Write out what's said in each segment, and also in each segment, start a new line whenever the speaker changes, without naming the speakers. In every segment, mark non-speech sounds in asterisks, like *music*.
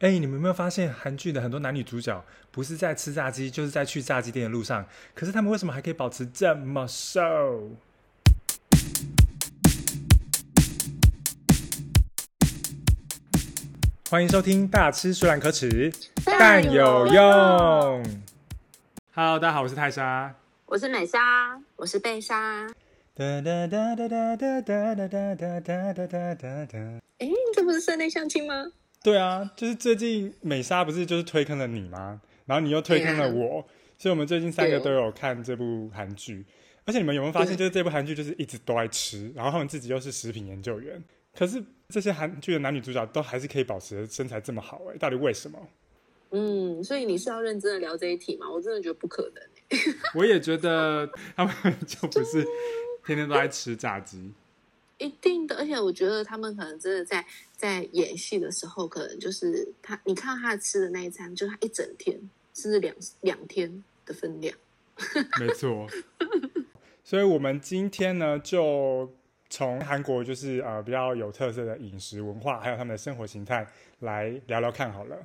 哎、你们有没有发现韩剧的很多男女主角不是在吃炸鸡，就是在去炸鸡店的路上？可是他们为什么还可以保持这么瘦？欢迎收听《大吃虽然可耻，但有用》。Hello，大家好，我是泰莎。
我是美莎，我是贝莎。
哒哒哒哒哒哒哒哒哒哒哒哒哒哒。
哎，这不是室内相亲吗？
对啊，就是最近美莎不是就是推坑了你吗？然后你又推坑了我，所以我们最近三个都有看这部韩剧。而且你们有没有发现，就是这部韩剧就是一直都在吃，然后他们自己又是食品研究员，可是这些韩剧的男女主角都还是可以保持身材这么好、哎，到底为什么？
嗯，所以你是要认真的聊这一题吗？我真的觉得不可能、欸。
我也觉得他们就不是天天都在吃炸鸡。
一定的，而且我觉得他们可能真的在在演戏的时候，可能就是他，你看到他吃的那一餐，就是他一整天，甚至两两天的分量。
没错。所以，我们今天呢，就从韩国就是呃比较有特色的饮食文化，还有他们的生活形态来聊聊看好了。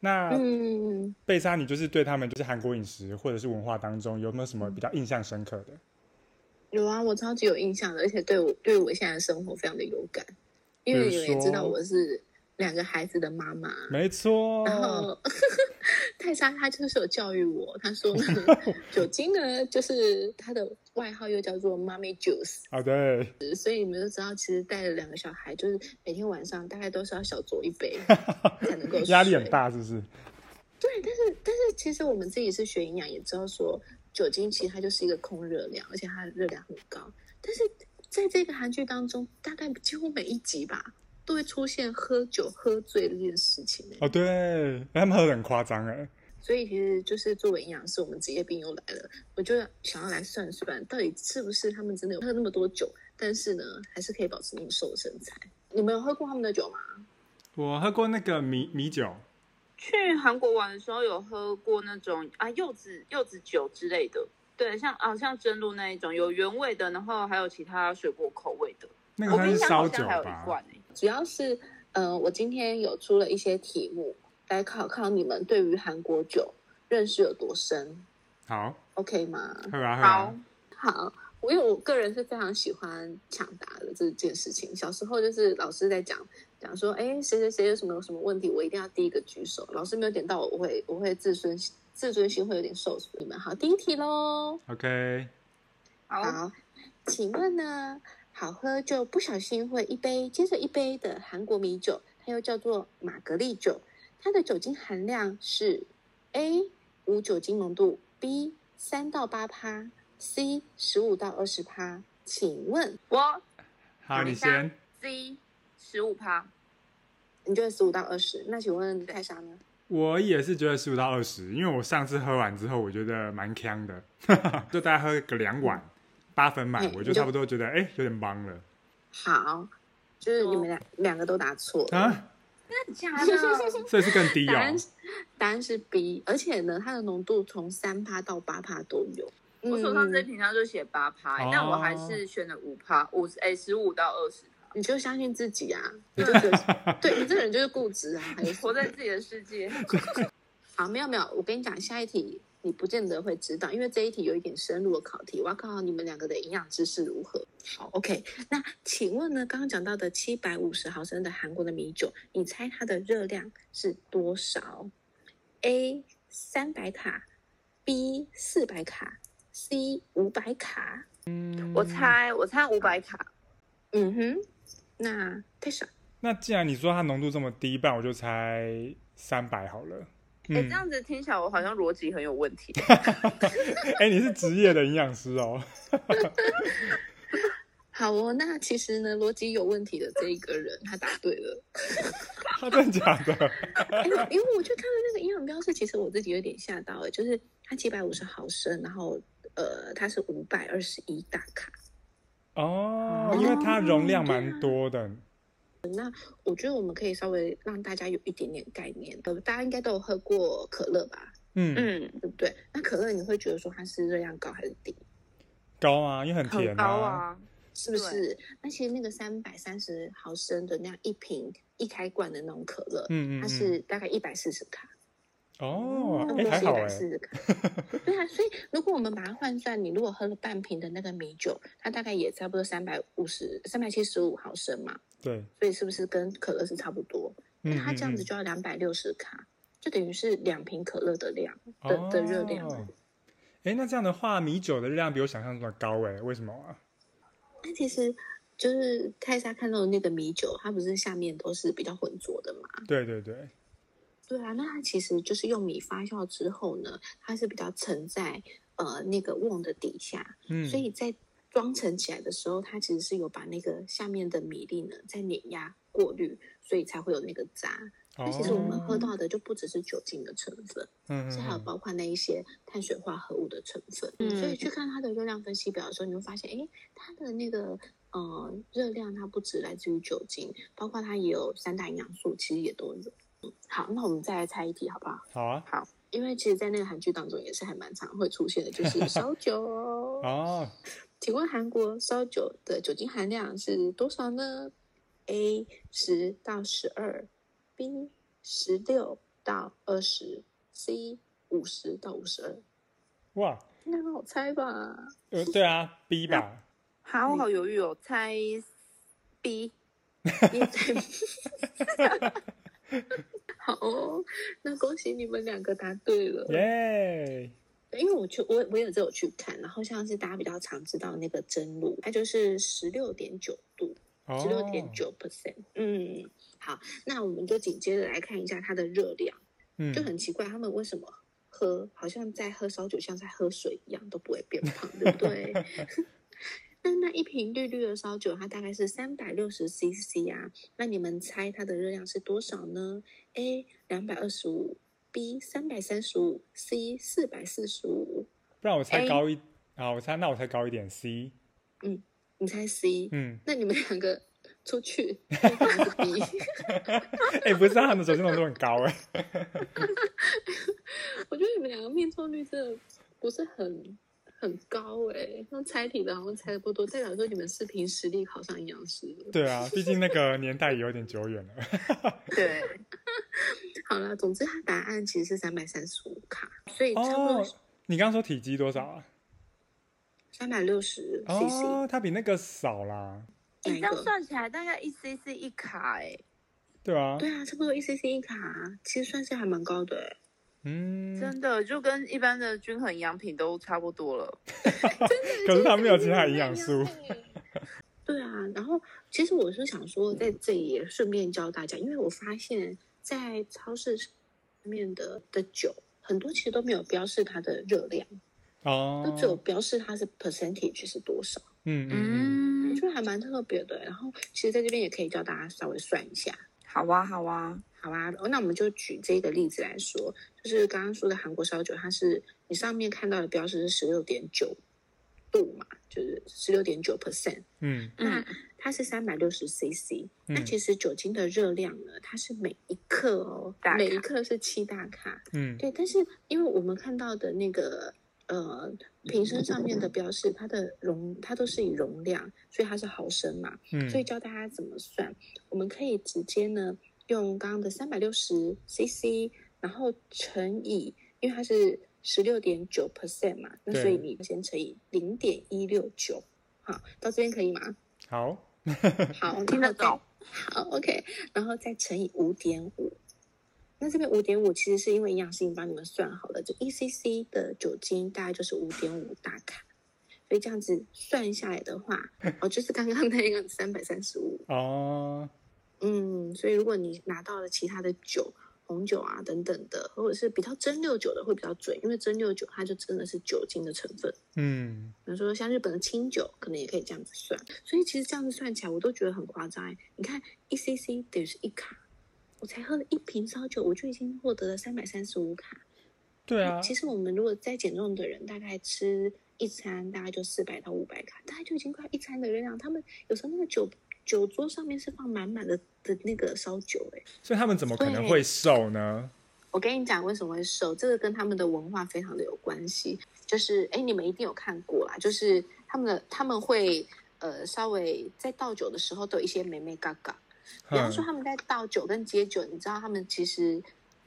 那
嗯，
贝莎，你就是对他们就是韩国饮食或者是文化当中有没有什么比较印象深刻的？
有啊，我超级有印象的，而且对我对我现在的生活非常的有感，因为
比
你
如
们也知道
说
我是两个孩子的妈妈。
没错，
然
嗯
后
嗯
*laughs* 泰莎她就是有教育我，她
*laughs*
说呢，酒精呢就是她的外号又叫做 “mommy juice”，
啊对，
所以你们就知道，其实带了两个小孩，就是每天晚上大概都是要小酌一
*laughs*
杯才能够睡
压力很。大是不是？
对，但是但是其实我们自己是学营养，也知道说酒精其实它就是一个空热量，而且它的热量很高。但是在这个韩剧当中，大概几乎每一集吧，都会出现喝酒喝醉这件事情、欸。
哦对，他们喝得很夸张哎，
所以其实就是作为营养师，我们职业病又来了，我就想要来算算，到底是不是他们真的有喝那么多酒，但是呢，还是可以保持那么瘦的身材。你们有喝过他们的酒吗？
我喝过那个米米酒，
去韩国玩的时候有喝过那种啊柚子柚子酒之类的，对，像啊像真露那一种有原味的，然后还有其他水果口味的。
那个
我
它
冰
是
箱
烧
好
酒
像还有
吧
一？罐欸诶、
主要是，呃，我今天有出了一些题目来考考你们对于韩国酒认识有多深
好，
，OK 吗？
喝啊喝
嗯好
啊，，
好，我因为我个人是非常喜欢抢答的这件事情。小时候就是老师在讲讲说，哎，谁谁谁有什么有什么问题，我一定要第一个举手。老师没有点到我，我会我会自尊自尊心会有点受损。你们好，第一题喽。
，OK，
好，
好，请问呢，好喝就不小心会一杯接着一杯的韩国米酒，它又叫做玛格丽酒，它的酒精含量是 A 无酒精浓度，B 三到八趴，C 十五到二十趴。请问
我
好，
等一
你
下
先，
C 十五趴，
你觉得十五到二十？那请问泰莎呢？
我也是觉得十五到二十，因为我上次喝完之后，我觉得蛮呛的， *laughs* 就大概喝个两碗，八分满
嗯，
我就差不多觉得哎、有点忙了
好，就是你们两两个都答错了。
啊，
真的假
*laughs*
的？
所以是更低
答案
哦
是。 *laughs* 答案是 B，而且呢，它的浓度从三趴到八趴都有。
我手上这
嗯
平常就写八趴
哦
欸，但我还是选了五趴，五诶十五到二十趴，
你就相信自己啊，你就觉得，对你这个人就是固执啊，还有什么
活在自己的世
*laughs*
界。
好，没有没有，我跟你讲，下一题你不见得会知道，因为这一题有一点深入的考题，我要考考你们两个的营养知识如何。好，OK，那请问呢，刚刚讲到的七百五十毫升的韩国的米酒，你猜它的热量是多少？A 三百卡，B 四百卡，C 五百卡。
我猜我猜五百卡，
嗯哼，那太少。
*laughs* 那既然你说它浓度这么低，半我就猜三百好了。
哎、
嗯
这，样子听起来我好像逻辑很有问题。
*laughs* 哎、你是职业的营养师哦。 *laughs*
好哦，那其实呢，逻辑有问题的这一个人，他答对了。
啊真的假的？
哎，因为我就看到那个营养标示，其实我自己有点吓到了，就是它七百五十毫升，然后呃，它是五百二十一大卡。
哦，因为它容量蛮多的。
我觉得我们可以稍微让大家有一点点概念，呃，大家应该都有喝过可乐吧，
嗯，
嗯，
对不对？那可乐你会觉得说它是热量高还是低？
高啊，因为很甜
很高啊。
是不是？那其实那个三百三十毫升的那样一瓶一开罐的那种可乐，
嗯嗯，
它
嗯
是嗯大概一百四十卡，
哦，
差不
哎、
多
还
是
好
一
哎、
百
*laughs*
四十卡。对啊，所以如果我们把它换算，你如果喝了半瓶的那个米酒，它大概也差不多三百五十、三百七十五毫升嘛，
对，
所以是不是跟可乐是差不多？
嗯，
那它这样子
嗯
就要两百六十卡，就等于是两瓶可乐的量。
嗯
的的热量
哦哎、那这样的话，米酒的热量比我想象中的高哎、为什么啊？
那其实就是泰莎看到的那个米酒，它不是下面都是比较浑浊的嘛？
对对对，
对啊，那它其实就是用米发酵之后呢，它是比较沉在呃那个瓮的底下，
嗯，
所以在装盛起来的时候，它其实是有把那个下面的米粒呢再碾压过滤，所以才会有那个渣。那其实我们喝
哦，
到的就不只是酒精的成分，
嗯嗯
是还有
嗯
包括那一些碳水化合物的成分。
嗯
所以去看它的热量分析表的时候，你会发现，诶，它的那个呃热量它不只来自于酒精，包括它也有三大营养素，其实也都有。嗯好，那我们再来猜一题好不好？
好啊，
因为其实，在那个韩剧当中也是还蛮常会出现的，就是烧酒。
哦，
请问韩国烧酒的酒精含量是多少呢？A 十到十二，B 十六到二十，C 五十到五十二。
哇，
那让我猜吧。
呃，对啊，B 吧，
好，我好犹豫哦，猜 B。
你 *laughs* 猜好哦，那恭喜你们两个答对了。
耶，
因为我去，我我有这有去看，然后像是大家比较常知道那个真露，它就是十六点九度，
哦，
十六点，九 percent。嗯，好，那我们就紧接着来看一下它的热量，
嗯
就，很奇怪，他们为什么喝好像在喝烧酒，像在喝水一样，都不会变胖，对不对？ *laughs* 那那一瓶绿绿的烧酒，它大概是三百六十 CC 啊。那你们猜它的热量是多少呢？A 两百二十五，B 三百三十五，C 四百四十五。
不然我猜
哎
A
高一，啊，我猜那我猜高一点 C，
你猜 C？、
嗯，
那你们两个
*laughs*
出去，都答是 B。
哎、不是啊，他们酒精浓度很高哎、
我觉得你们两个命中率真的不是很很高哎、那猜题的好像猜的不多，代表说你们是凭实力考上营养师的。
对啊，毕竟那个年代也有点久远了，
对，
好了，总之它答案其实是三百三十五卡，所以差不
哦
多，
你刚刚说体积多少啊？
三百六十 cc。
哦，它比那个少啦，
哪
哎
一
这样
个
算起来大概一 cc 一卡哎、
对啊，
对啊，差不多一 cc 一卡，啊其实算是还蛮高的、欸。
嗯，
真的就跟一般的均衡营养品都差不多了。
可是它没有其他营养素，
*laughs* 对啊，然后其实我是想说，在这里也顺便教大家，因为我发现，在超市上面的的酒，很多其实都没有标示它的热量，
哦
都，只有标示它是 percentage 是多少，
嗯嗯嗯，
我觉得还蛮特别的。然后其实在这边也可以教大家稍微算一下，
好啊，好啊，
好啊，那我们就举这个例子来说，就是刚刚说的韩国烧酒，它是你上面看到的标示是十六点九度嘛，就是十六点九 percent，
嗯
那它是三百六十 CC，、那
嗯
其实酒精的热量呢，它是每一克哦
大，卡
每一克是七大卡，
嗯，
对，但是因为我们看到的那个呃瓶身上面的标示，它的容它都是以容量，所以它是毫升嘛，
嗯，
所以教大家怎么算，我们可以直接呢用刚刚的三百六十 CC，然后乘以，因为它是十六点九 percent 嘛，那
对
所以你先乘以零点一六九，好，到这边可以吗？
好，
好，
听得
然后再。
懂。
好，OK，然后再乘以五点五。那这边五点五其实是因为营养师已经帮你们算好了，就一 cc 的酒精大概就是五点五大卡，所以这样子算下来的
*laughs*
话，哦，就是刚刚那个三百三十五。
哦，
嗯，所以如果你拿到了其他的酒，红酒啊等等的，或者是比较蒸馏酒的会比较准，因为蒸馏酒它就真的是酒精的成分。
嗯，
比如说像日本的清酒，可能也可以这样子算。所以其实这样子算起来，我都觉得很夸张、欸。你看，一 CC 等于是一卡，我才喝了一瓶烧酒，我就已经获得了三百三十五卡。
对啊，
其实我们如果在减重的人，大概吃一餐大概就四百到五百卡，大概就已经快一餐的热量。他们有时候那个酒酒桌上面是放满满的的那个烧酒、欸，
所以他们怎么可能会瘦呢？
我跟你讲，为什么会瘦，这个跟他们的文化非常的有关系。就是，哎，你们一定有看过啦，就是他们的他们会呃稍微在倒酒的时候都有一些美美嘎嘎，比方
嗯
说他们在倒酒跟接酒，你知道他们其实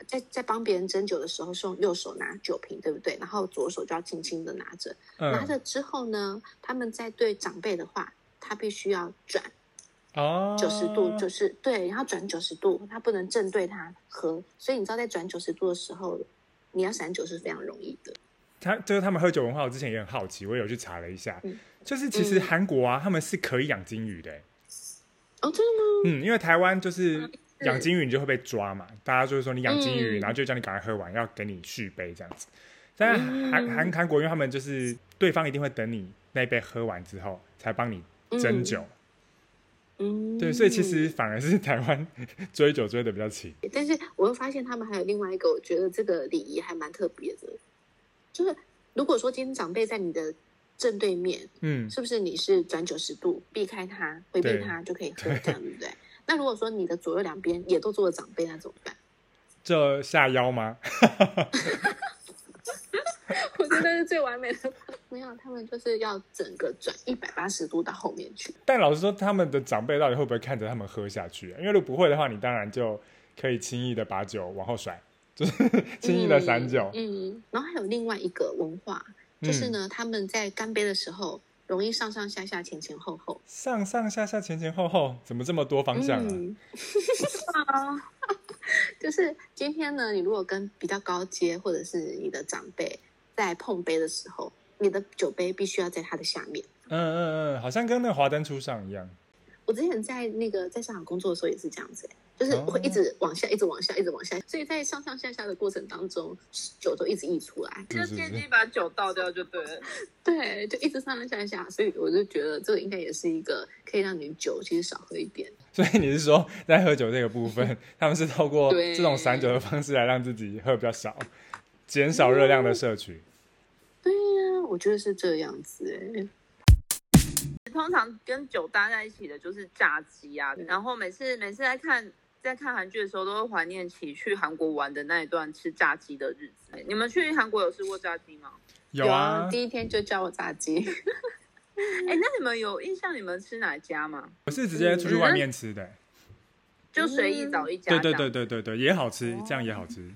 在在帮别人斟酒的时候是用右手拿酒瓶，对不对？然后左手就要轻轻的拿着，拿
嗯，
着之后呢，他们在对长辈的话，他必须要转
哦，
九十度，就是对，然后转九十度，他不能正对他喝，所以你知道在转九十度的时候，你要闪酒是非常容易的。
他就是他们喝酒文化，我之前也很好奇，我有去查了一下，
嗯
就是其实
嗯
韩国啊，他们是可以养金鱼的、欸
哦，真的吗？
嗯，因为台湾就是
是
养金鱼你就会被抓嘛，大家就是说你养金鱼，
嗯
然后就叫你赶快喝完，要给你续杯这样子。但是韩
嗯
韩韩国，因为他们就是对方一定会等你那杯喝完之后才帮你斟酒，
嗯，
对，所以其实反而是台湾 *laughs* 追酒追的比较勤。
但是我又发现他们还有另外一个，我觉得这个礼仪还蛮特别的，就是如果说今天长辈在你的正对面，
嗯，
是不是你是转九十度避开他，回避
对
他就可以喝，这样对
*laughs*
不对？那如果说你的左右两边也都坐着长辈，那怎么办？
这下腰吗？
*laughs* 我觉得是最完美的。没有，他们就是要整个转一百八十度到后面去。
但老实说，他们的长辈到底会不会看着他们喝下去、啊？因为如果不会的话，你当然就可以轻易的把酒往后甩，就是 *laughs* 轻易的散酒。嗯
嗯。嗯，然后还有另外一个文化，就是呢，他们在干杯的时候容易上上下下、前前后后。
上上下下、前前后后，怎么这么多方向啊？
嗯，就是今天呢，你如果跟比较高阶或者是你的长辈在碰杯的时候，你的酒杯必须要在他的下面。
嗯嗯嗯，好像跟那个华灯初上一样。
我之前在那个在上海工作的时候也是这样子、欸就是
哦
会一直往下，一直往下，一直往下，所以在上上下下的过程当中，酒都一直溢出来，
是
就是借
是
机把酒倒掉就对了。
对，就一直上上下下，所以我就觉得这个应该也是一个可以让你酒其实少喝一点。
所以你是说，在喝酒这个部
*laughs*
分，他们是透过
对
这种散酒的方式来让自己喝比较少，减少热量的摄取。
对呀、我觉得是这样子、欸，
通常跟酒搭在一起的就是炸鸡啊，
嗯
然后每次每次在看在看韩剧的时候，都会怀念起去韩国玩的那一段吃炸鸡的日子。你们去韩国有吃过炸鸡吗？
有啊，
第一天就叫我炸鸡，
哎，那你们有印象你们吃哪一家吗？
我是直接出去外面吃的、
就随意找一家、
嗯
哦
对对对。对对对，也好吃，这样也好吃。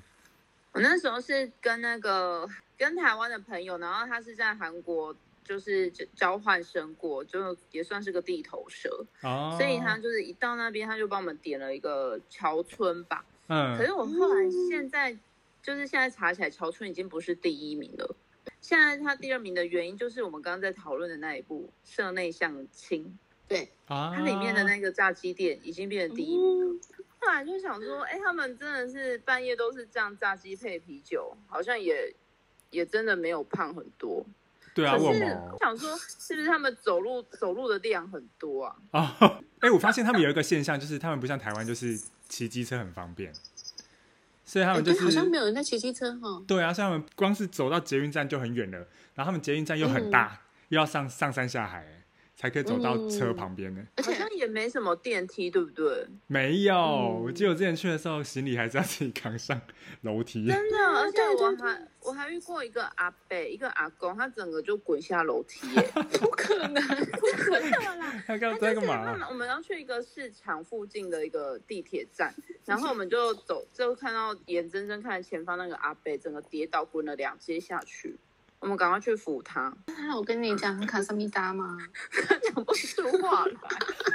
我那时候是跟那个跟台湾的朋友，然后他是在韩国就是交交换生过，就也算是个地头蛇，
哦，
所以他就是一到那边他就帮我们点了一个乔村吧。可
嗯，
是我后来现在、就是现在查起来，乔春已经不是第一名了。现在他第二名的原因就是我们刚刚在讨论的那一部《社内相亲
对，
啊》，
它里面的那个炸鸡店已经
哦
变成第一名。
嗯
后来就想说，哎、他们真的是半夜都是这样炸鸡配啤酒，好像也也真的没有胖很多。
对啊，
可是
我
我
毛
想说，是不是他们走路走路的量很多啊？
啊，哎、
*laughs*
我发现他们有一个现象，就是他们不像台湾，就是骑机车很方便，所以他
哎
们就
对
是、
好像没有人在骑机车
*laughs*
哈。
对啊，像他们光是走到捷运站就很远了，然后他们捷运站又很
嗯
大，又要上上山下海，才可以走到车旁边呢。
而
好
且
像也没什么电梯，对不对？
没有，
嗯
我记得我之前去的时候，行李还是要自己扛上楼梯。 *laughs*
真的，
啊
而且
对
我
对对
还我还遇过一个阿伯，一个阿公，他整个就滚下楼梯耶，
不可能，不可能，
他
他
刚
就
在
是
干
他们
嘛？
我们要去一个市场附近的一个地铁站，然后我们就走，就看到眼睁睁看着前方那个阿伯整个跌倒，滚了两阶下去。我们赶快去扶他， *laughs*
那我跟你讲，卡萨米达吗？
他讲不出话来，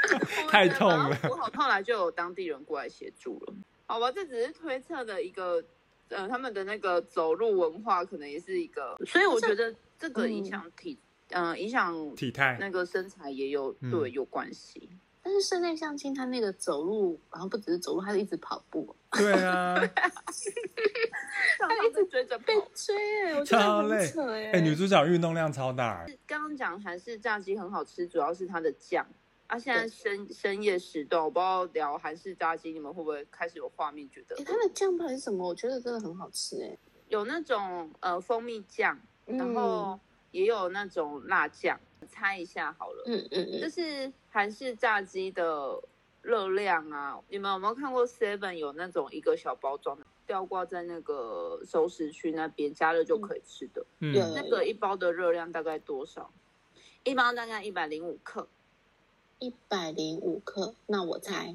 我们
太痛了
把他扶好，后来就有当地人过来协助了。好吧，这只是推测的一个，呃，他们的那个走路文化可能也是一个，所以我觉得嗯这个影响体，呃，影响
体态
那个身材也有
嗯
对有关系。
但是室内相亲，他那个走路，然后不只是走路，他是一直跑步，
对啊，
他一直追着被
被追、欸，我觉
超
得很
累
扯哎、
哎、女主角运动量超大、哎
刚刚讲韩式炸鸡很好吃，主要是它的酱。啊，现在深深夜时段，我不知道聊韩式炸鸡，你们会不会开始有画面，觉得
哎、它的酱到底是什么？我觉得真的很好吃哎、
有那种呃蜂蜜酱，
嗯
然后也有那种辣酱，猜一下好了，
嗯嗯
就
嗯，
是韩式炸鸡的热量啊，你们有没有看过 Seven 有那种一个小包装的，吊挂在那个熟食区那边，加热就可以吃的，
嗯
对，
那个一包的热量大概多少？一包大概一百零五克，
一百零五克，那我猜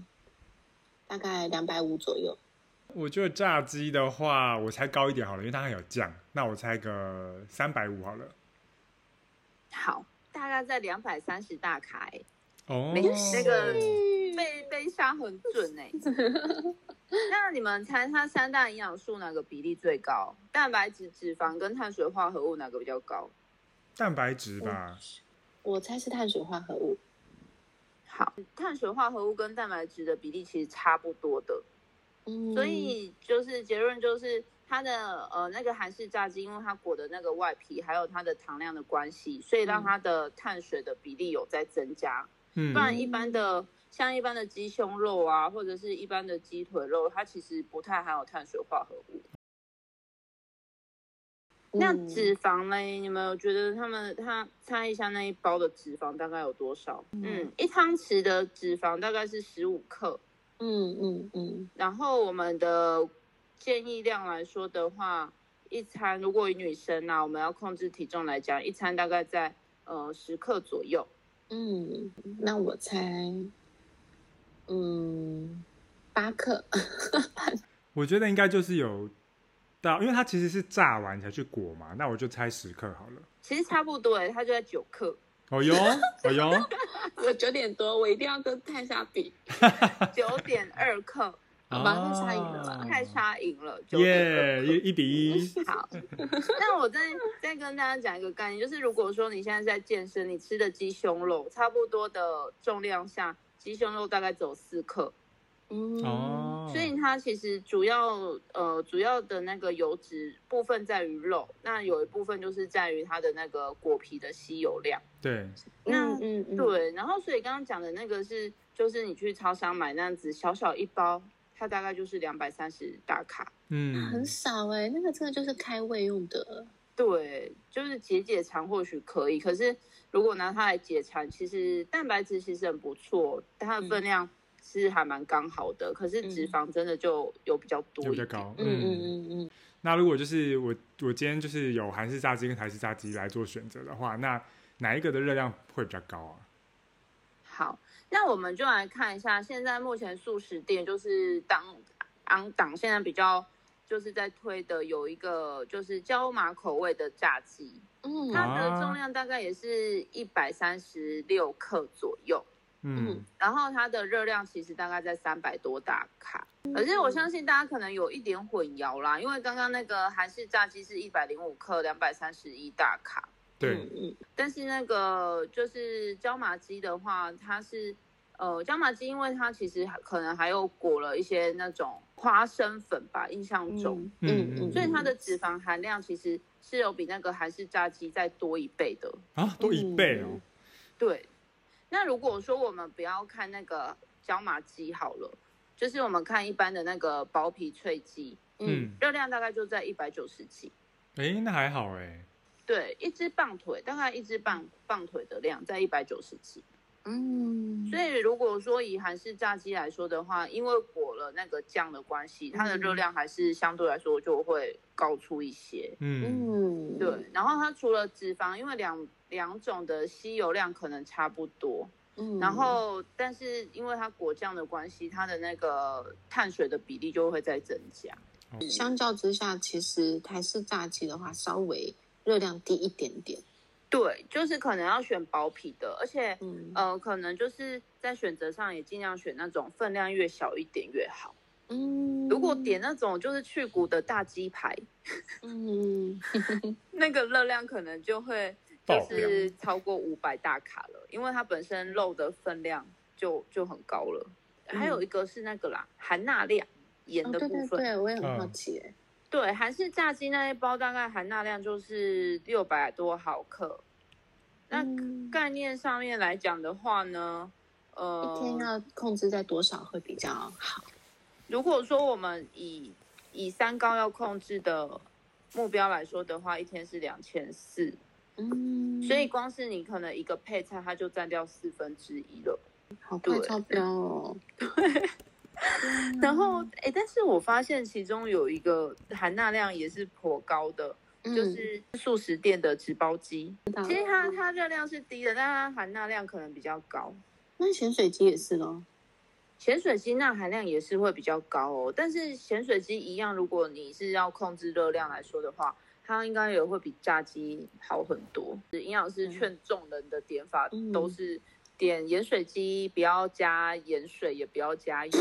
大概两百五左右。
我觉得炸鸡的话，我猜高一点好了，因为它还有酱。那我猜个三百五好了。
好，大概在两百三十大卡、欸，
哦，
没那个
嗯
被被杀很准 *laughs* 哎、那你们猜它三大营养素哪个比例最高？蛋白质、脂肪跟碳水化合物哪个比较高？
蛋白质吧，
我猜是碳水化合物。
好，碳水化合物跟蛋白质的比例其实差不多的，
嗯，
所以就是结论就是它的呃那个韩式炸鸡，因为它裹的那个外皮还有它的糖量的关系，所以让它的碳水的比例有在增加。
嗯
不，然一般的像一般的鸡胸肉啊，或者是一般的鸡腿肉，它其实不太含有碳水化合物。那
嗯
脂肪呢？你们有觉得他们他猜一下那一包的脂肪大概有多少？嗯，一汤匙的脂肪大概是十五克。
嗯嗯嗯
然后我们的建议量来说的话，一餐如果以女生啊，我们要控制体重来讲，一餐大概在呃十克左右。
嗯，那我猜，嗯，八克。 *laughs*
我觉得应该就是有到，因为它其实是炸完才去裹嘛，那我就猜十克好了。
其实差不多诶，它就在九克。
哦哟，哦哟，
我九点多，我一定要跟泰莎比。
九点二克，
好吧那差赢了吧
哦
泰莎赢了，九
耶，
点
一
二
一比一，
克。好， *laughs* 那我再再跟大家讲一个概念，就是如果说你现在在健身，你吃的鸡胸肉差不多的重量下，鸡胸肉大概只有四克，
嗯，
哦，
所以它其实主要呃主要的那个油脂部分在于肉，那有一部分就是在于它的那个果皮的吸油量。
对，
那
嗯嗯嗯，
对，然后所以刚刚讲的那个是，就是你去超商买那样子小小一包，它大概就是两百三十大卡。
嗯
很，少哎、那个真的就是开胃用的。
对，就是解解馋或许可以，可是如果拿它来解馋，其实蛋白质其实很不错，它的分量是还蛮刚好的，可是脂
嗯
肪真的就有比较多
就
一
比较
点。
高，
嗯嗯嗯
那如果就是我我今天就是有韩式炸鸡跟台式炸鸡来做选择的话，那哪一个的热量会比较高啊？
好，那我们就来看一下，现在目前素食店就是党昂党现在比较就是在推的有一个就是椒麻口味的炸鸡，
嗯嗯
啊
它的重量大概也是一百三十六克左右，
嗯
嗯
然后它的热量其实大概在三百多大卡。可是我相信大家可能有一点混淆啦，因为刚刚那个韩式炸鸡是一百零五克，两百三十一大卡。
对，
嗯
但是那个就是椒麻鸡的话，它是呃椒麻鸡，因为它其实还可能还有裹了一些那种花生粉吧，印象
嗯
中，
嗯嗯嗯，
所以它的脂肪含量其实是有比那个韩式炸鸡再多一倍的。
啊，多一倍哦
嗯，
对，那如果说我们不要看那个椒麻鸡好了，就是我们看一般的那个薄皮脆鸡，
嗯
嗯，
热量大概就在一百九十几。
诶，那还好诶。
对，一只棒腿大概一只棒棒腿的量在一百九十几。
嗯，
所以如果说以韩式炸鸡来说的话，因为裹了那个酱的关系，它的热量还是相对来说就会高出一些。
嗯
嗯
对，然后它除了脂肪，因为两两种的吸油量可能差不多，
嗯，
然后但是因为它果酱的关系，它的那个碳水的比例就会在增加。
哦 *laughs*
相较之下，其实台式炸鸡的话稍微热量低一点点。
对，就是可能要选薄皮的，而且
嗯
呃，可能就是在选择上也尽量选那种分量越小一点越好。
嗯，
如果点那种就是去骨的大鸡排，
嗯
那个热量可能就会就
爆表
是超过五百大卡了，因为它本身肉的分量就就很高了。
嗯
还有一个是那个啦，含钠量盐
哦
的
对
部
对
分，嗯
对，我也很好奇哎，
对韩式炸鸡那一包大概含钠量就是六百多毫克。那
嗯
概念上面来讲的话呢，呃，
一天啊要控制在多少会比较好？
如果说我们以以三高要控制的目标来说的话，一天是两千四，
嗯，
所以光是你可能一个配菜，它就占掉四分之一了。
好快
对
超标
*laughs*
哦。
然后，哎，但是我发现其中有一个含钠量也是颇高的，
嗯
就是素食店的纸包鸡。
知道了
其实它它热量是低的，但它含钠量可能比较高。
那咸水鸡也是咯。
咸水鸡钠含量也是会比较高哦。但是咸水鸡一样，如果你是要控制热量来说的话，它应该也会比炸鸡好很多。营养师劝众人的点法
嗯
都是点盐水鸡，不要加盐水，也不要
*laughs*
加油。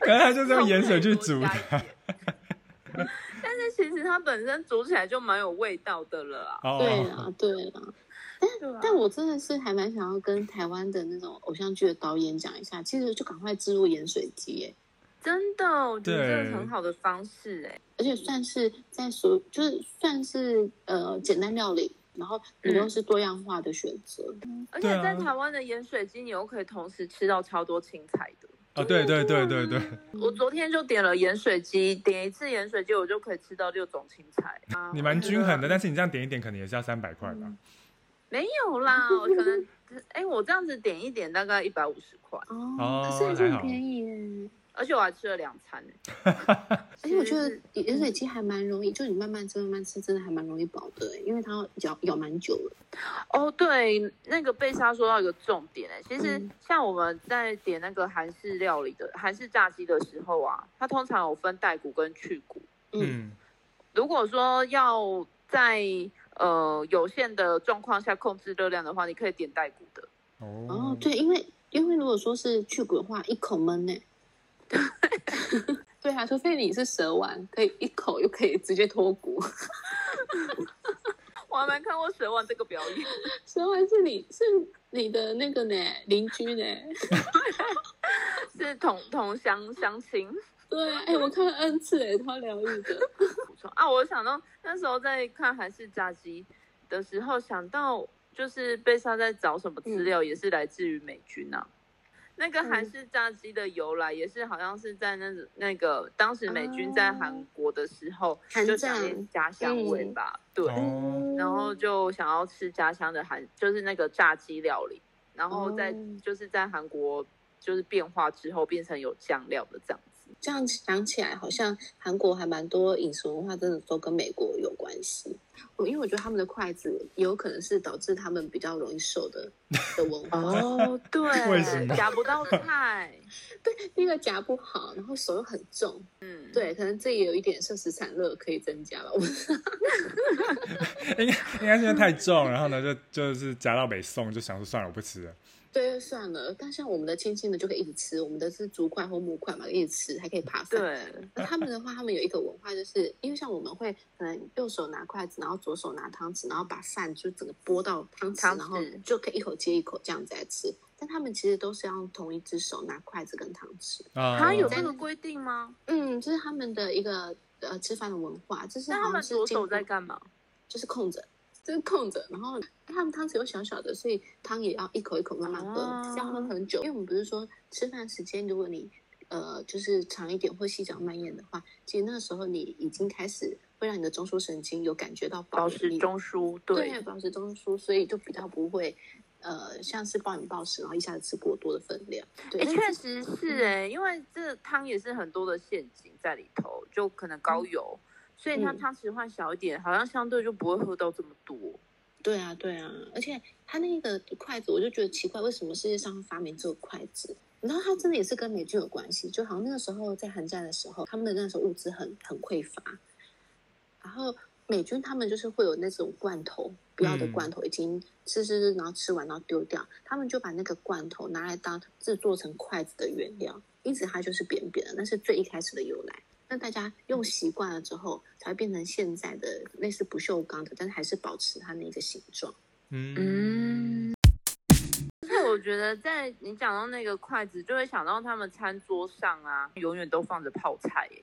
可能他就是用盐水去煮
*laughs*
多加
的。
一点 *laughs* 但是其实它本身煮起来就蛮有味道的了啊。
对
哦，
啦，对啦。
对啊
但我真的是还蛮想要跟台湾的那种偶像剧的导演讲一下，其实就赶快置入盐水鸡耶，
真的，我觉得这
对
是很好的方式哎、
而且算是在所就是算是呃简单料理，然后
嗯
你又是多样化的选择，
而且
对啊
在台湾的盐水鸡，你又可以同时吃到超多青菜的。
哦，对对对对对，
嗯
我昨天就点了盐水鸡，点一次盐水鸡，我就可以吃到六种青菜。啊
你蛮均衡的，
我觉得
但是你这样点一点，可能也是要三百块吧。
没有啦，我可能，哎、我这样子点一点大概一百五十块，
哦
哦，可是还是很便宜耶。
而且我还吃了两餐呢、
*laughs*
而哎且我觉
其实
得
是
盐水鸡还蛮容易，就你慢慢吃慢慢吃，真的还蛮容易饱的，因为它咬咬蛮久了。
哦，对，那个贝莎说到一个重点、欸，其实
嗯
像我们在点那个韩式料理的韩式炸鸡的时候啊，它通常有分带骨跟去骨。
嗯，
嗯，
如果说要在呃有限的状况下控制热量的话，你可以点带骨的。
哦
哦，，
对，因为因为如果说是去骨的话，一口闷呢。 *laughs* 对啊，除非你是蛇丸，可以一口又可以直接脱骨。 *laughs*
我还没看过蛇丸这个表演，
蛇丸是你是你的那个呢邻居呢？
是同同乡相亲。
对啊，哎、我看了 N 次哎，超疗愈的。
补充啊，我想到那时候在看韩式炸鸡的时候，想到就是贝莎在找什么
嗯
资料，也是来自于美军啊。那个韩式炸鸡的由来也是好像是在那那个当时美军在韩国的时候，
哦韩
就想
战
念家乡味
嗯
吧，对，
哦，
然后就想要吃家乡的韩，就是那个炸鸡料理，然后在、
哦
就是在韩国就是变化之后变成有酱料的这样子。
这样想起来，好像韩国还蛮多饮食文化真的都跟美国有关系。我因为我觉得他们的筷子也有可能是导致他们比较容易瘦的的文化。
哦，对，
*laughs* 为什么
夹不到菜？
第一个夹不好，然后手又很重，
嗯，
对，可能这也有一点摄食产热可以增加吧。我
应该应该是因为太重，然后呢就就是夹到北宋，就想说算了，我不吃了。
*laughs* 对，算了。但像我们的轻轻的就可以一直吃，我们的是竹筷或木筷嘛，一直吃还可以扒饭。
对，
那他们的话，他们有一个文化，就是因为像我们会可能右手拿筷子，然后左手拿汤匙，然后把饭就整个拨到汤匙，
汤匙
然后就可以一口接一口这样子来吃。但他们其实都是要用同一只手拿筷子跟汤匙。
啊，
他有这个规定吗？
嗯，这是他们的一个呃吃饭的文化，这是
那他
好
们
像是
左
经
手
过
在干嘛？
就是空着，就是空着。然后他们汤匙又小小的，所以汤也要一口一口慢慢喝，
哦
这样喝很久。因为我们不是说吃饭时间，如果你呃就是长一点或细嚼慢咽的话，其实那个时候你已经开始会让你的中枢神经有感觉到饱
保
了
持
你
中枢，
对
对，
保持中枢，所以就比较不会呃像是暴饮暴食，然后一下子吃过多的分量。对，
诶
但
哎确
是
实是哎，因为这汤也是很多的陷阱在里头，就可能高油，所以它
嗯
汤匙换小一点，好像相对就不会喝到这么多。
对啊对啊，而且他那个筷子，我就觉得奇怪，为什么世界上会发明这个筷子？然后它真的也是跟美军有关系，就好像那个时候在韩战的时候，他们的那时候物资很很匮乏，然后美军他们就是会有那种罐头，不要的
嗯
罐头已经吃吃吃，然后吃完然后丢掉，他们就把那个罐头拿来当制作成筷子的原料，因此它就是扁扁的，那是最一开始的由来。那大家用习惯了之后，才会变成现在的类似不锈钢的，但是还是保持它那个形状。
嗯，
而且我觉得在你讲到那个筷子，就会想到他们餐桌上啊，永远都放着泡菜耶。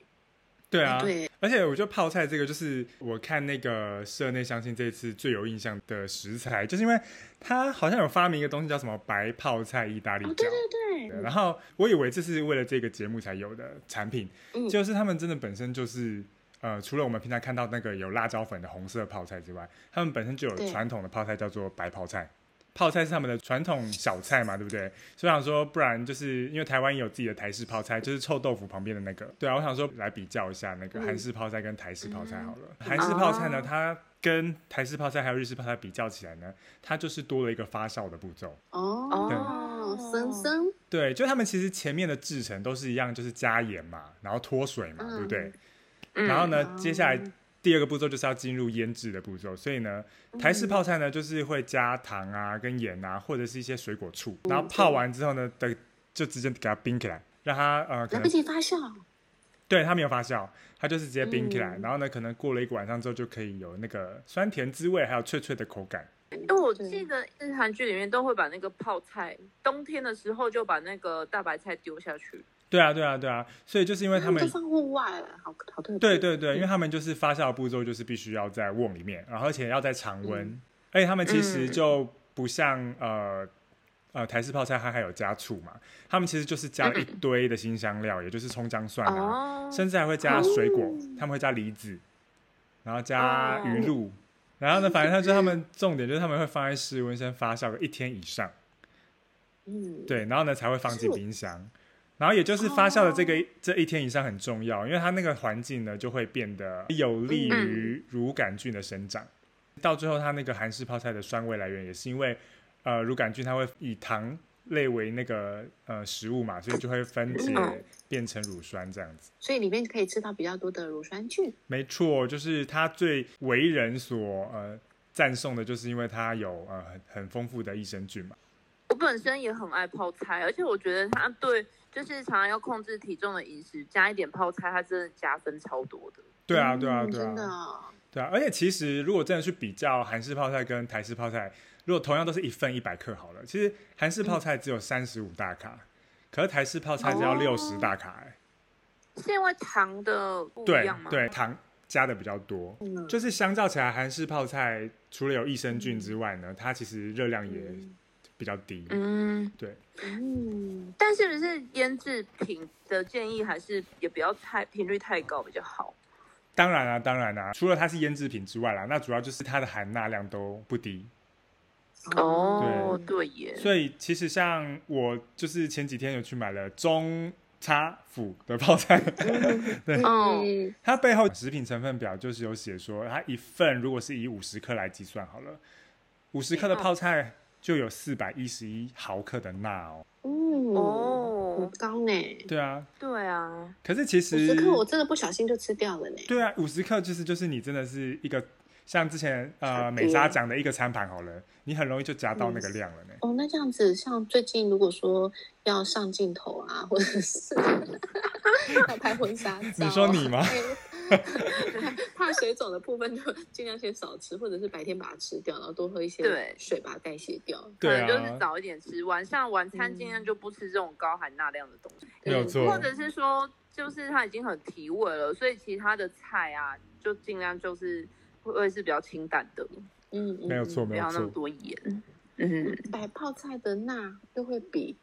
对啊，
哎对，
而且我觉得泡菜这个就是我看那个社内相亲这一次最有印象的食材，就是因为它好像有发明一个东西叫什么白泡菜意大利
哦，
饺
对。对
对
对，
然后我以为这是为了这个节目才有的产品，
嗯
就是他们真的本身就是，呃，除了我们平常看到那个有辣椒粉的红色泡菜之外，他们本身就有
对嗯
传统的泡菜叫做白泡菜，泡菜是他们的传统小菜嘛，对不对？所以我想说，不然就是因为台湾也有自己的台式泡菜，就是臭豆腐旁边的那个。对啊，我想说来比较一下那个韩式泡菜跟台式泡菜好了。
嗯
韩式泡菜
哦
呢，它跟台式泡菜还有日式泡菜比较起来呢，它就是多了一个发酵的步骤。
哦，森森，
对，就他们其实前面的制成都是一样，就是加盐嘛，然后脱水嘛，
嗯
对不对？
嗯
然后呢，接下来第二个步骤就是要进入腌制的步骤，所以呢，
嗯
台式泡菜呢就是会加糖啊、跟盐啊，或者是一些水果醋，
嗯
然后泡完之后呢，的就直接给它冰起来，让它呃可
来
能
不及发酵，
对它没有发酵，它就是直接冰起来，
嗯
然后呢，可能过了一个晚上之后就可以有那个酸甜滋味，还有脆脆的口感。
哎
因为我
对
记得日韩剧里面都会把那个泡菜，冬天的时候就把那个大白菜丢下去。
对啊，对啊，对啊，所以就是因为他
他
们
都放户外了，好好特别。
对对对，因为他们就是发酵的步骤就是必须要在瓮里面，然后而且要在常温，而且他们其实就不像呃呃台式泡菜，它还有加醋嘛，他们其实就是加了一堆的新香料，也就是葱姜蒜啊，
哦，
甚至还会加水果
哦，
他们会加梨子，然后加鱼露，然后呢，反正他就他们重点就是他们会放在室温先发酵个一天以上，
嗯，
对，然后呢才会放进
是哦
冰箱。然后也就是发酵的这个、这一天以上很重要，因为它那个环境呢就会变得
嗯
有利于乳杆菌的生长。到最后，它那个韩式泡菜的酸味来源也是因为，呃，乳杆菌它会以糖类为那个呃食物嘛，所以就会分解
嗯
变成乳酸这样子。
所以里面可以吃到比较多的乳酸菌。
没错，就是它最为人所呃赞颂的，就是因为它有呃很很丰富的益生菌嘛。
我本身也很爱泡菜，而且我觉得它对就是常常要控制体重的饮食，加一点泡菜，它真的加分超多的。
对啊，对啊，
嗯
对啊。
真的哦，
对啊，而且其实如果真的去比较韩式泡菜跟台式泡菜，如果同样都是一份一百克好了，其实韩式泡菜只有三十五大卡，可是台式泡菜只要
嗯哦
六十大卡、欸。
是因为糖的不一
对
样吗？
对，，糖加的比较多，
嗯
就是相较起来，韩式泡菜除了有益生菌之外呢，它其实热量也比较低。
嗯，
对，
嗯，
但是不是腌制品的建议还是也不要太频率太高比较好？
当然啦、啊当然啦、除了它是腌制品之外啦，那主要就是它的含钠量都不低。
哦，对耶，
嗯所以其实像我就是前几天有去买了中差府的泡
*laughs*
菜，
嗯，
它背后食品成分表就是有写说，它一份如果是以五十克来计算好了，五十克
嗯
的泡菜就有四百一十一毫克的钠哦。
嗯，哦，
哦
很，高呢。
对啊，
对啊，
可是其
嗯五
实
十克我真的不小心就吃掉了呢。
对啊，五十克其实就是你真的是一个像之前呃
很多
美莎讲的一个餐盘好了，你很容易就夹到那个量了呢。
哦，那这样子，像最近如果说要上镜头啊，或者
*laughs*
是要拍婚纱照，哎
你说你吗？
怕水肿的部分就尽量先少吃，或者是白天把它吃掉，然后多喝一些
对
水把它代谢掉。
可
对
能就是
啊，
早一点吃，晚上晚餐尽量就不吃这种高含钠量的东西，
没有错
或者是说就是它已经很提味了，所以其他的菜啊，就尽量就是会会是比较清淡的，
嗯，嗯
没有错，
不
没有
要那么
错。
多盐。嗯，
白泡菜的钠就会比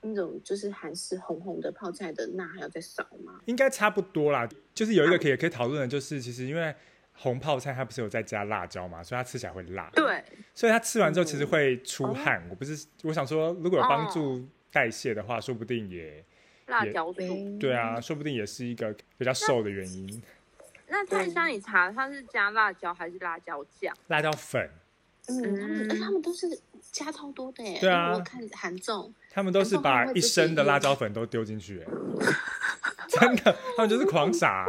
那种就是韩式红红的泡菜的钠还要再少吗？
应该差不多啦。就是有一个可以可以讨论的，就是其实因为红泡菜它不是有在加辣椒嘛，所以它吃起来会辣。
对，
所以它吃完之后其实会出汗。我不是我想说，如果有帮助代谢的话，说不定也
辣椒醋。
对
对啊，说不定也是一个比较瘦的原因。
那泰山你查它是加辣椒还是辣椒酱？
辣椒粉，
嗯，他们
嗯
而且他们都是加超多的耶。
对啊
因为我看韩综，
他们都是把一升的辣椒粉都丢进去、欸 *laughs* 真的，他们就是狂撒、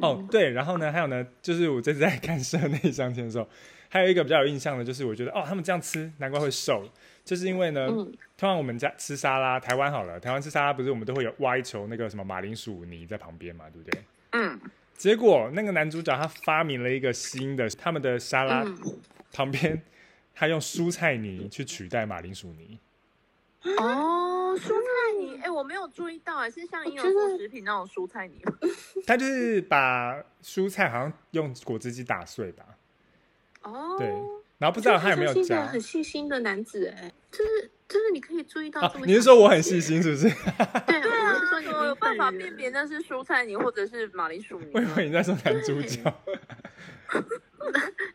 哦。对，然后呢，还有呢，就是我这次在看社内相亲的时候，还有一个比较有印象的，就是我觉得哦，他们这样吃难怪会瘦，就是因为呢，
嗯
通常我们家吃沙拉，台湾好了，台湾吃沙拉不是我们都会有挖一球那个什么马铃薯泥在旁边嘛，对不对？
嗯，
结果那个男主角他发明了一个新的，他们的沙拉
嗯
旁边，他用蔬菜泥去取代马铃薯泥。
哦，蔬菜泥，哎，我没有注意到，哎，是像婴儿
我觉
副
得
食品那种蔬菜泥吗。
他就是把蔬菜好像用果汁机打碎吧，
哦，
对，然后不知道他有没有
就是一个
加
很细心的男子哎，就是就是你可以注意到
啊
这？么小的细节、
你是说我很细心是不是？
对啊，
对
我
啊
是说，你
我有办法辨
别。
别那是蔬菜泥或者是马铃薯泥
我。以为你在说男主角，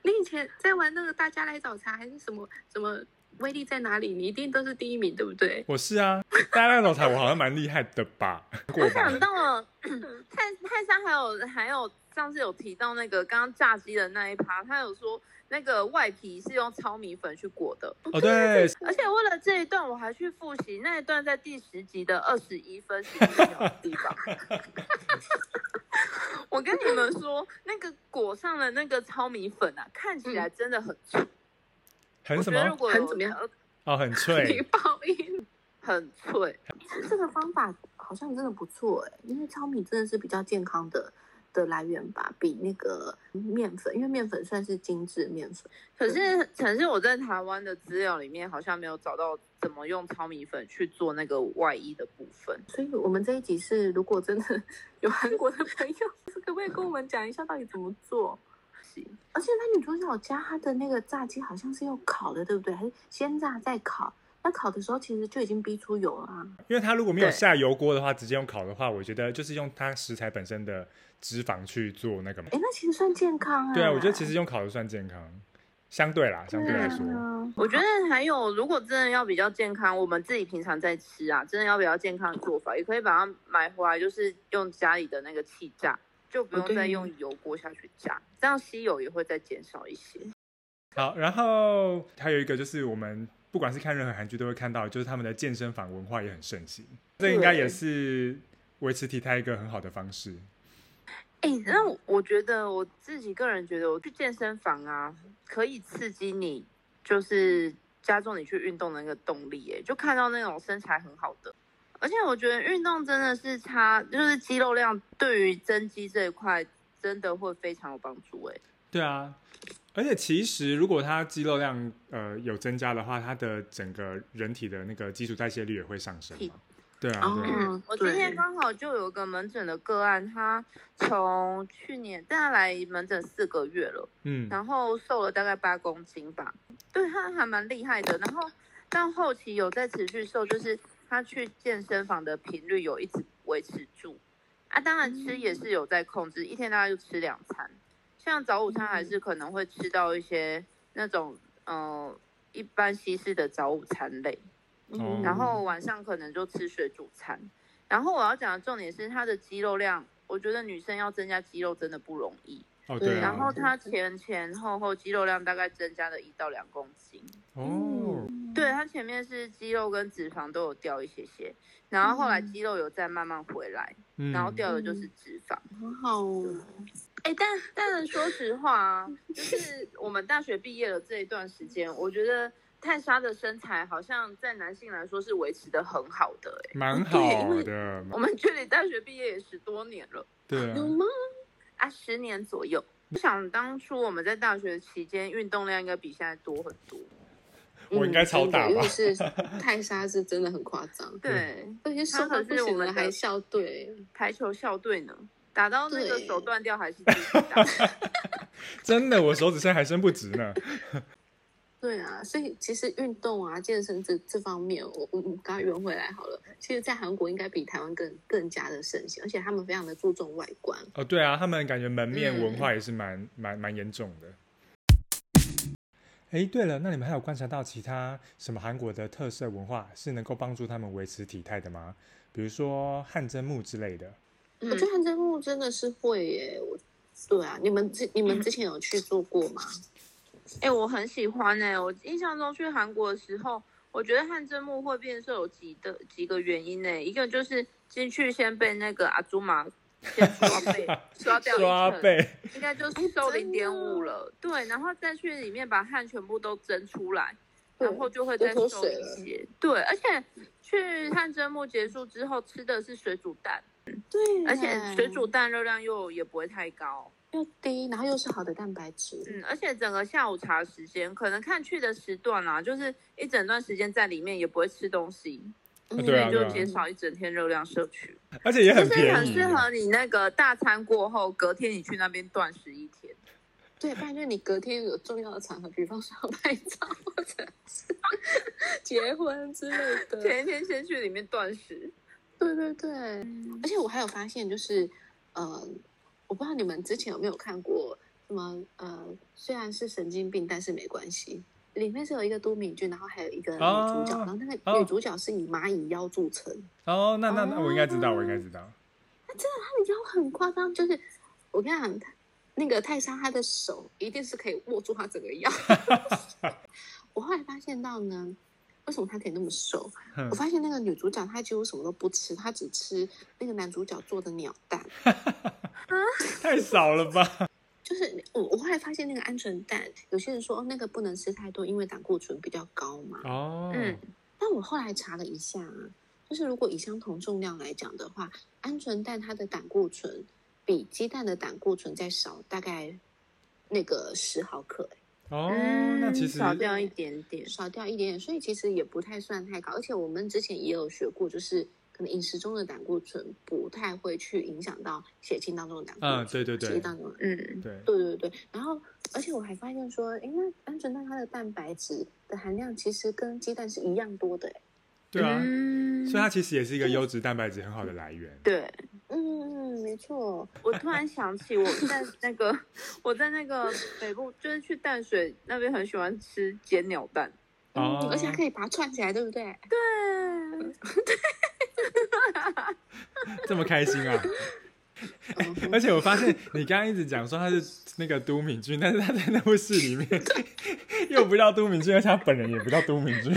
你以前在玩那个大家来找茬还是什么什么威力在哪里？你一定都是第一名，对不对？
我是啊，大家总裁我好像蛮厉害的吧？过
我
吧
想，到了，泰泰山还有还有上次有提到那个刚刚炸鸡的那一趴，他有说那个外皮是用糙米粉去裹的，
哦对，
而且为了这一段我还去复习那一段在第十集的二十一分十一秒的地方。 *laughs* 我跟你们说，那个裹上的那个糙米粉啊，看起来真的很脆。
嗯很
我
什
觉得如
么？
果
很
有呃
怎么样，
哦，很
你
*laughs*
脆，
报应。
很脆。
这个方法好像真的不错哎、因为糙米真的是比较健康的的来源吧，比那个面粉，因为面粉算是精致面粉。
可是，可是我在台湾的资料里面好像没有找到怎么用糙米粉去做那个外衣的部分。
所以我们这一集是，如果真的有韩国的朋友，可不可以跟我们讲一下到底怎么做？而且那女主角家她的那个炸鸡好像是用烤的，对不对？还是先炸再烤？那烤的时候其实就已经逼出油了啊。
因为它如果没有
对
下油锅的话，直接用烤的话，我觉得就是用它食材本身的脂肪去做那个嘛。
哎，那其实算健康啊。
对啊，我觉得其
实
实用烤的算健康，相对啦，相对来说，
嗯
我觉得还有，如果真的要比较健康，我们自己平常在吃啊，真的要比较健康的做法，也可以把它买回来，就是用家里的那个气炸，就不
哦
用
对
再用油锅下去炸，这样吸油也会再减少一些。
好，然后还有一个就是我们不管是看任何韩剧都会看到，就是他们的健身房文化也很盛行，这应该也是维持体态一个很好的方式。
哎、那我我觉得我自己个人觉得，我去健身房啊，可以刺激你，就是加重你去运动的那个动力、哎，就看到那种身材很好的，而且我觉得运动真的是差，就是肌肉量对于增肌这一块真的会非常有帮助、哎，
对啊，而且其实如果它肌肉量呃有增加的话，它的整个人体的那个基础代谢率也会上升嘛。对啊，对啊，
哦，
我今天
对
刚好就有个门诊的个案，他从去年大概来门诊四个月了。
嗯，
然后瘦了大概八公斤吧，对他还蛮厉害的。然后到后期有在持续瘦，就是他去健身房的频率有一直维持住啊。当然吃也是有在控
嗯
制，一天大概就吃两餐，像早午餐还是可能会吃到一些那种呃一般西式的早午餐类，
哦
然后晚上可能就吃水煮餐。然后我要讲的重点是他的肌肉量，我觉得女生要增加肌肉真的不容易。
哦对
然后
啊，
他前前后后肌肉量大概增加了一到两公斤，
哦，
嗯
对他前面是肌肉跟脂肪都有掉一些些，然后后来肌肉有再慢慢回来，
嗯
然后掉的就是脂肪。
很好哦。
哎、但但说实话啊，就是我们大学毕业的这一段时间，我觉得泰莎的身材好像在男性来说是维持的很好的、哎，
蛮
对因
好
为
的，
我们距离大学毕业也十多年了。
对啊，
有吗？
啊，十年左右。我想当初我们在大学期间运动量应该比现在多很多。
我应该超大吧
嗯真的因为？是泰莎是真的很夸张，
对，
都已经瘦到不行了还笑对，
排球校队呢，打到那个
对
手断掉还是自己打。
*laughs* 真的，我手指伸还伸不直呢。
对啊，所以其实运动啊、健身这这方面，我我我刚刚圆回来好了。其实，在韩国应该比台湾更更加的盛行，而且他们非常的注重外观。
哦，对啊，他们感觉门面
嗯
文化也是蛮、蛮蛮严重的。哎，对了，那你们还有观察到其他什么韩国的特色文化是能够帮助他们维持体态的吗？比如说汗蒸木之类的。
我觉得韩真木真的是会耶，我对啊，你们之你们之前有去做过吗？
*laughs* 哎、我很喜欢哎、我印象中去韩国的时候，我觉得汗蒸木会变瘦有几的几个原因呢、一个就是进去先被那个阿祖玛先刷背，刷掉一
刷
层
背，
应该就是收零
真
点
的
五了，对，然后再去里面把汗全部都蒸出来，
对
然后就会
都
再
脱
收
水
一
了
些，对，而且去汗蒸木结束之后吃的是水煮蛋，
对
而且水煮蛋热量又也不会太高，
又低，然后又是好的蛋白质。
嗯，而且整个下午茶时间可能看去的时段啦、就是一整段时间在里面也不会吃东西，
嗯
对啊
就减少一整天热量摄取，
而且也很
就是
便
很
宜。
适合你那个大餐过后隔天你去那边断食一天。
对，不然就是你隔天有重要的场合，比方说要拍照或者是 *laughs* 结婚之类的。
前一天先去里面断食，
对对对，而且我还有发现，就是呃，我不知道你们之前有没有看过什么呃，虽然是神经病，但是没关系。里面是有一个都敏俊，然后还有一个女
哦
主角，然后那个
哦
女主角是以蚂蚁腰著称，
哦，那那那我应该知道，我应该知道。
她的腰很夸张，就是我跟你讲，她那个泰莎她的手一定是可以握住她整个腰。我后来发现到呢，为什么她可以那么瘦？
哼
我发现那个女主角她几乎什么都不吃，她只吃那个男主角做的鸟蛋。
太少了吧？
就是我我后来发现那个鹌鹑蛋，有些人说哦那个不能吃太多，因为胆固醇比较高嘛。
*laughs* 哦，
嗯，
但我后来查了一下啊，就是如果以相同重量来讲的话，鹌鹑蛋它的胆固醇比鸡蛋的胆固醇再少大概那个十毫克、
哦，
嗯
那其实
少掉一点点，
少掉一点点，所以其实也不太算太高。而且我们之前也有学过，就是可能饮食中的胆固醇不太会去影响到血清当中的胆固醇，
嗯对对对
血液当中的
嗯，
对，
对对对，然后而且我还发现说，诶，那鹌鹑蛋它的蛋白质的含量其实跟鸡蛋是一样多的，诶
对啊，
嗯
所以它其实也是一个优质蛋白质很好的来源。
对，
嗯嗯，没错，
我突然想起我在那个我在那个北部，就是去淡水那边很喜欢吃煎鸟蛋，
嗯，
哦
而且还可以把它串起来，对
*laughs*
不对？
对，
这么开心啊！
嗯哼
而且我发现你刚刚一直讲说他是那个都敏俊，但是他在那部戏里面又不叫都敏俊，而且他本人也不叫都敏俊。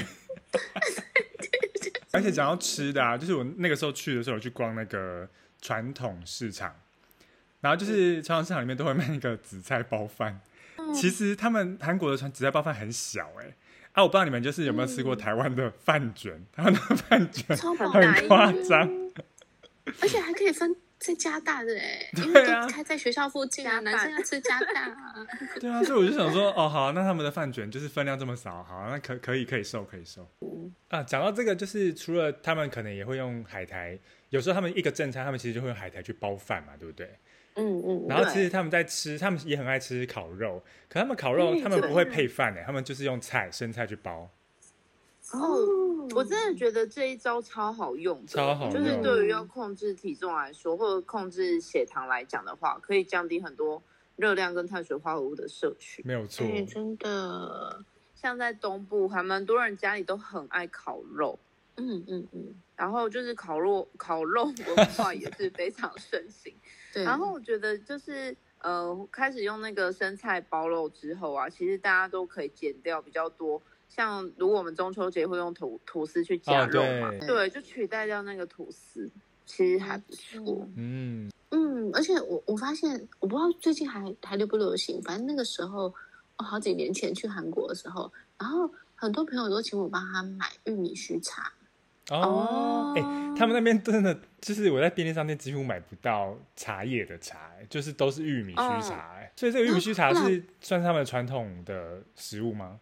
而且讲到吃的啊，就是我那个时候去的时候，有去逛那个传统市场，然后就是传统市场里面都会卖那个紫菜包饭。其实他们韩国的传紫菜包饭很小哎、啊，我不知道你们就是有没有吃过台湾的饭卷，台湾的饭卷
超饱
很
很夸
满意
张，
*laughs* 而且还可以分在加大的
*laughs*
哎，因为
对啊
都开在学校附近啊，
加大
男生要吃加大
*laughs*
啊，
*laughs* 对啊，所以我就想说，哦，好，那他们的饭卷就是分量这么少，好，啊那可可以可以收可以收。啊，讲到这个，就是除了他们可能也会用海苔，有时候他们一个正餐，他们其实就会用海苔去包饭嘛，对不对？
嗯嗯，
然后
对
其实他们在吃，他们也很爱吃烤肉，可他们烤肉
嗯
他们
对
不会配饭欸诶，他们就是用菜生菜去包。
哦我真的觉得这一招超好用的，
嗯超好用
就是对于要控制体重来说，或者控制血糖来讲的话，可以降低很多热量跟碳水化合物的摄取。
没有错，
哎，真的，
像在东部，还蛮多人家里都很爱烤肉，
嗯嗯嗯，
然后就是烤肉烤肉文化也是非常盛行。
嗯
对，
然后我觉得就是呃，开始用那个生菜包肉之后啊，其实大家都可以减掉比较多。像如果我们中秋节会用吐吐司去加
哦，
肉嘛，
对，
对，就取代掉那个吐司，其实还不错。
嗯
嗯，
嗯，而且我我发现，我不知道最近还还流不流行，反正那个时候，哦、好几年前去韩国的时候，然后很多朋友都请我帮他买玉米须茶，
哦，哎、
哦
他们那边真的就是我在便利商店几乎买不到茶叶的茶、欸就是都是玉米须茶、欸所以这个玉米须茶
那
是算是他们的传统的食物吗？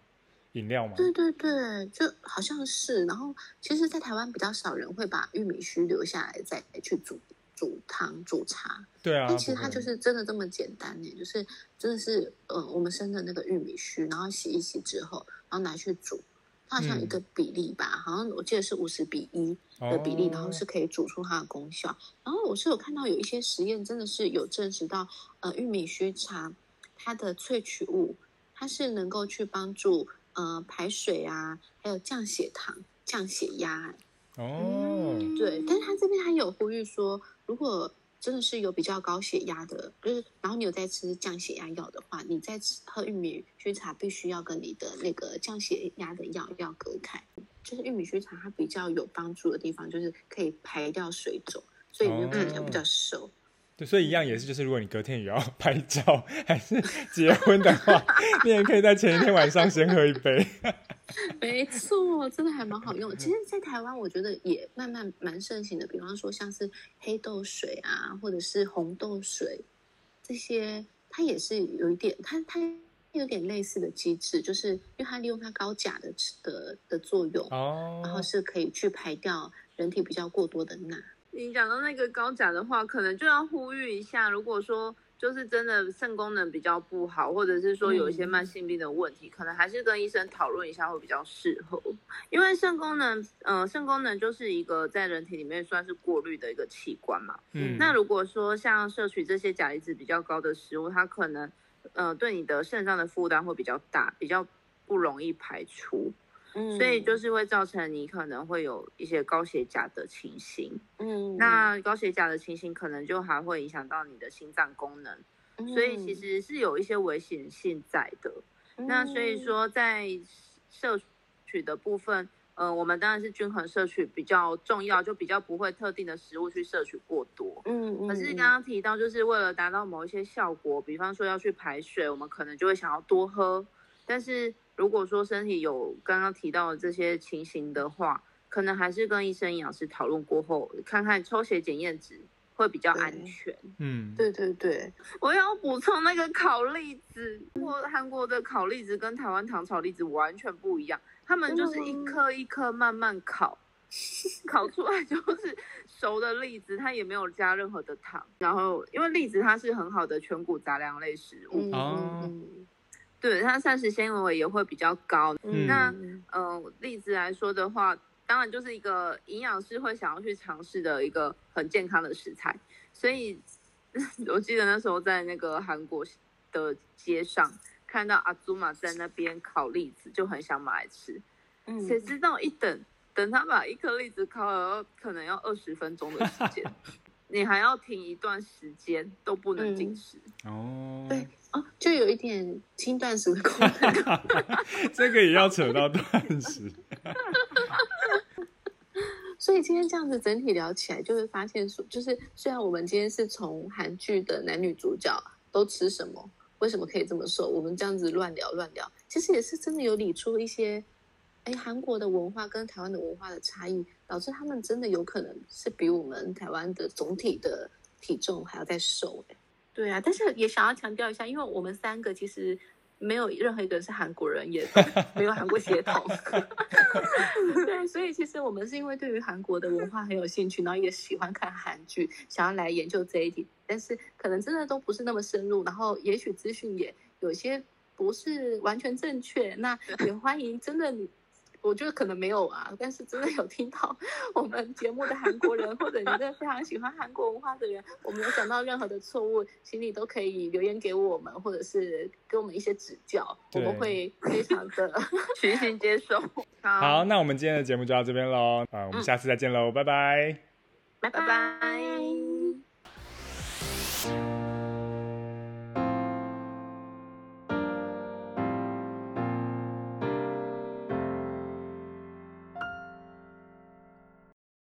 饮料吗？
对对对，就好像是。然后其实，在台湾比较少人会把玉米须留下来再去煮煮汤煮茶，
对啊，
但其实
不会
它就是真的这么简单呢，就是真的是呃，我们生的那个玉米须，然后洗一洗之后，然后拿去煮。它好像一
嗯
个比例吧，好像我记得是五十比一，的比例，然后
哦
是可以煮出它的功效。然后我是有看到有一些实验真的是有证实到，呃，玉米须茶它的萃取物，它是能够去帮助呃排水啊，还有降血糖、降血压。
哦，
嗯
对，但是它这边还有呼吁说，如果真的是有比较高血压的，就是然后你有在吃降血压药的话，你在吃喝玉米须茶必须要跟你的那个降血压的药要隔开。就是玉米须茶它比较有帮助的地方，就是可以排掉水肿，所以你就看起来比较瘦。
对，所以一样也是，就是如果你隔天也要拍照，还是结婚的话，你也可以在前一天晚上先喝一杯。
没错，真的还蛮好用的。其实，在台湾我觉得也慢慢蛮盛行的，比方说像是黑豆水啊，或者是红豆水这些，它也是有一点，它它有点类似的机制，就是因为它利用它高钾的的的作用，
*laughs* 哦，
然后是可以去排掉人体比较过多的钠。
你讲到那个高钾的话，可能就要呼吁一下，如果说就是真的肾功能比较不好，或者是说有一些慢性病的问题，可能还是跟医生讨论一下会比较适合，因为肾功能，呃，肾功能就是一个在人体里面算是过滤的一个器官嘛。
嗯，
那如果说像摄取这些钾离子比较高的食物，它可能呃对你的肾脏的负担会比较大，比较不容易排出，
嗯
所以就是会造成你可能会有一些高血钾的情形。
嗯，
那高血钾的情形可能就还会影响到你的心脏功能，所以其实是有一些危险性在的。
嗯
那所以，说，在摄取的部分，呃，我们当然是均衡摄取比较重要，就比较不会特定的食物去摄取过多。
嗯嗯，
可是
嗯
刚刚提到，就是为了达到某一些效果，比方说要去排水，我们可能就会想要多喝。但是如果说身体有刚刚提到的这些情形的话，可能还是跟医生、营养师讨论过后，看看抽血检验值会比较安
对
全。
嗯，
对对对， *laughs*
我要补充那个烤栗子，我韩国的烤栗子跟台湾糖炒栗子完全不一样，他们就是一颗一颗慢慢烤，烤出来就是熟的栗子，它也没有加任何的糖。然后因为栗子它是很好的全谷杂粮类食物，
嗯
哦
嗯
对它膳食纤维也会比较高。
嗯
嗯，
那
嗯
嗯、栗子来说的话，当然就是一个营养师会想要去尝试的一个很健康的食材。所以 *laughs* 我记得那时候在那个韩国的街上看到阿祖玛在那边烤栗子，就很想买来吃。
嗯
谁知道一等等他把一颗栗子烤了，可能要二十分钟的时间，你还要停一段时间都不能进
嗯
食。
哦，
对哦，就有一点轻断食的功能。
这个也要扯到断 *laughs* 食，
*laughs* 所以今天这样子整体聊起来，就会发现说，就是虽然我们今天是从韩剧的男女主角都吃什么，为什么可以这么瘦，我们这样子乱聊乱聊，其实也是真的有理出一些，哎，韩国的文化跟台湾的文化的差异，导致他们真的有可能是比我们台湾的总体的体重还要再瘦、哎，对啊，但是也想要强调一下，因为我们三个其实。没有任何一个人是韩国人，也没有韩国血统。 *laughs* 对，所以其实我们是因为对于韩国的文化很有兴趣，然后也喜欢看韩剧，想要来研究这一题，但是可能真的都不是那么深入，然后也许资讯也有些不是完全正确，那也欢迎真的你。我觉得可能没有啊，但是真的有听到 *laughs* 我们节目的韩国人，或者你真的非常喜欢韩国文化的人，我们有讲到任何的错误，请你都可以留言给我们，或者是给我们一些指教，我
对
们会非常的
虚心接受。
呃嗯好，那我们今天的节目就到这边喽，啊、我们下次再见喽，拜拜。
拜
拜拜。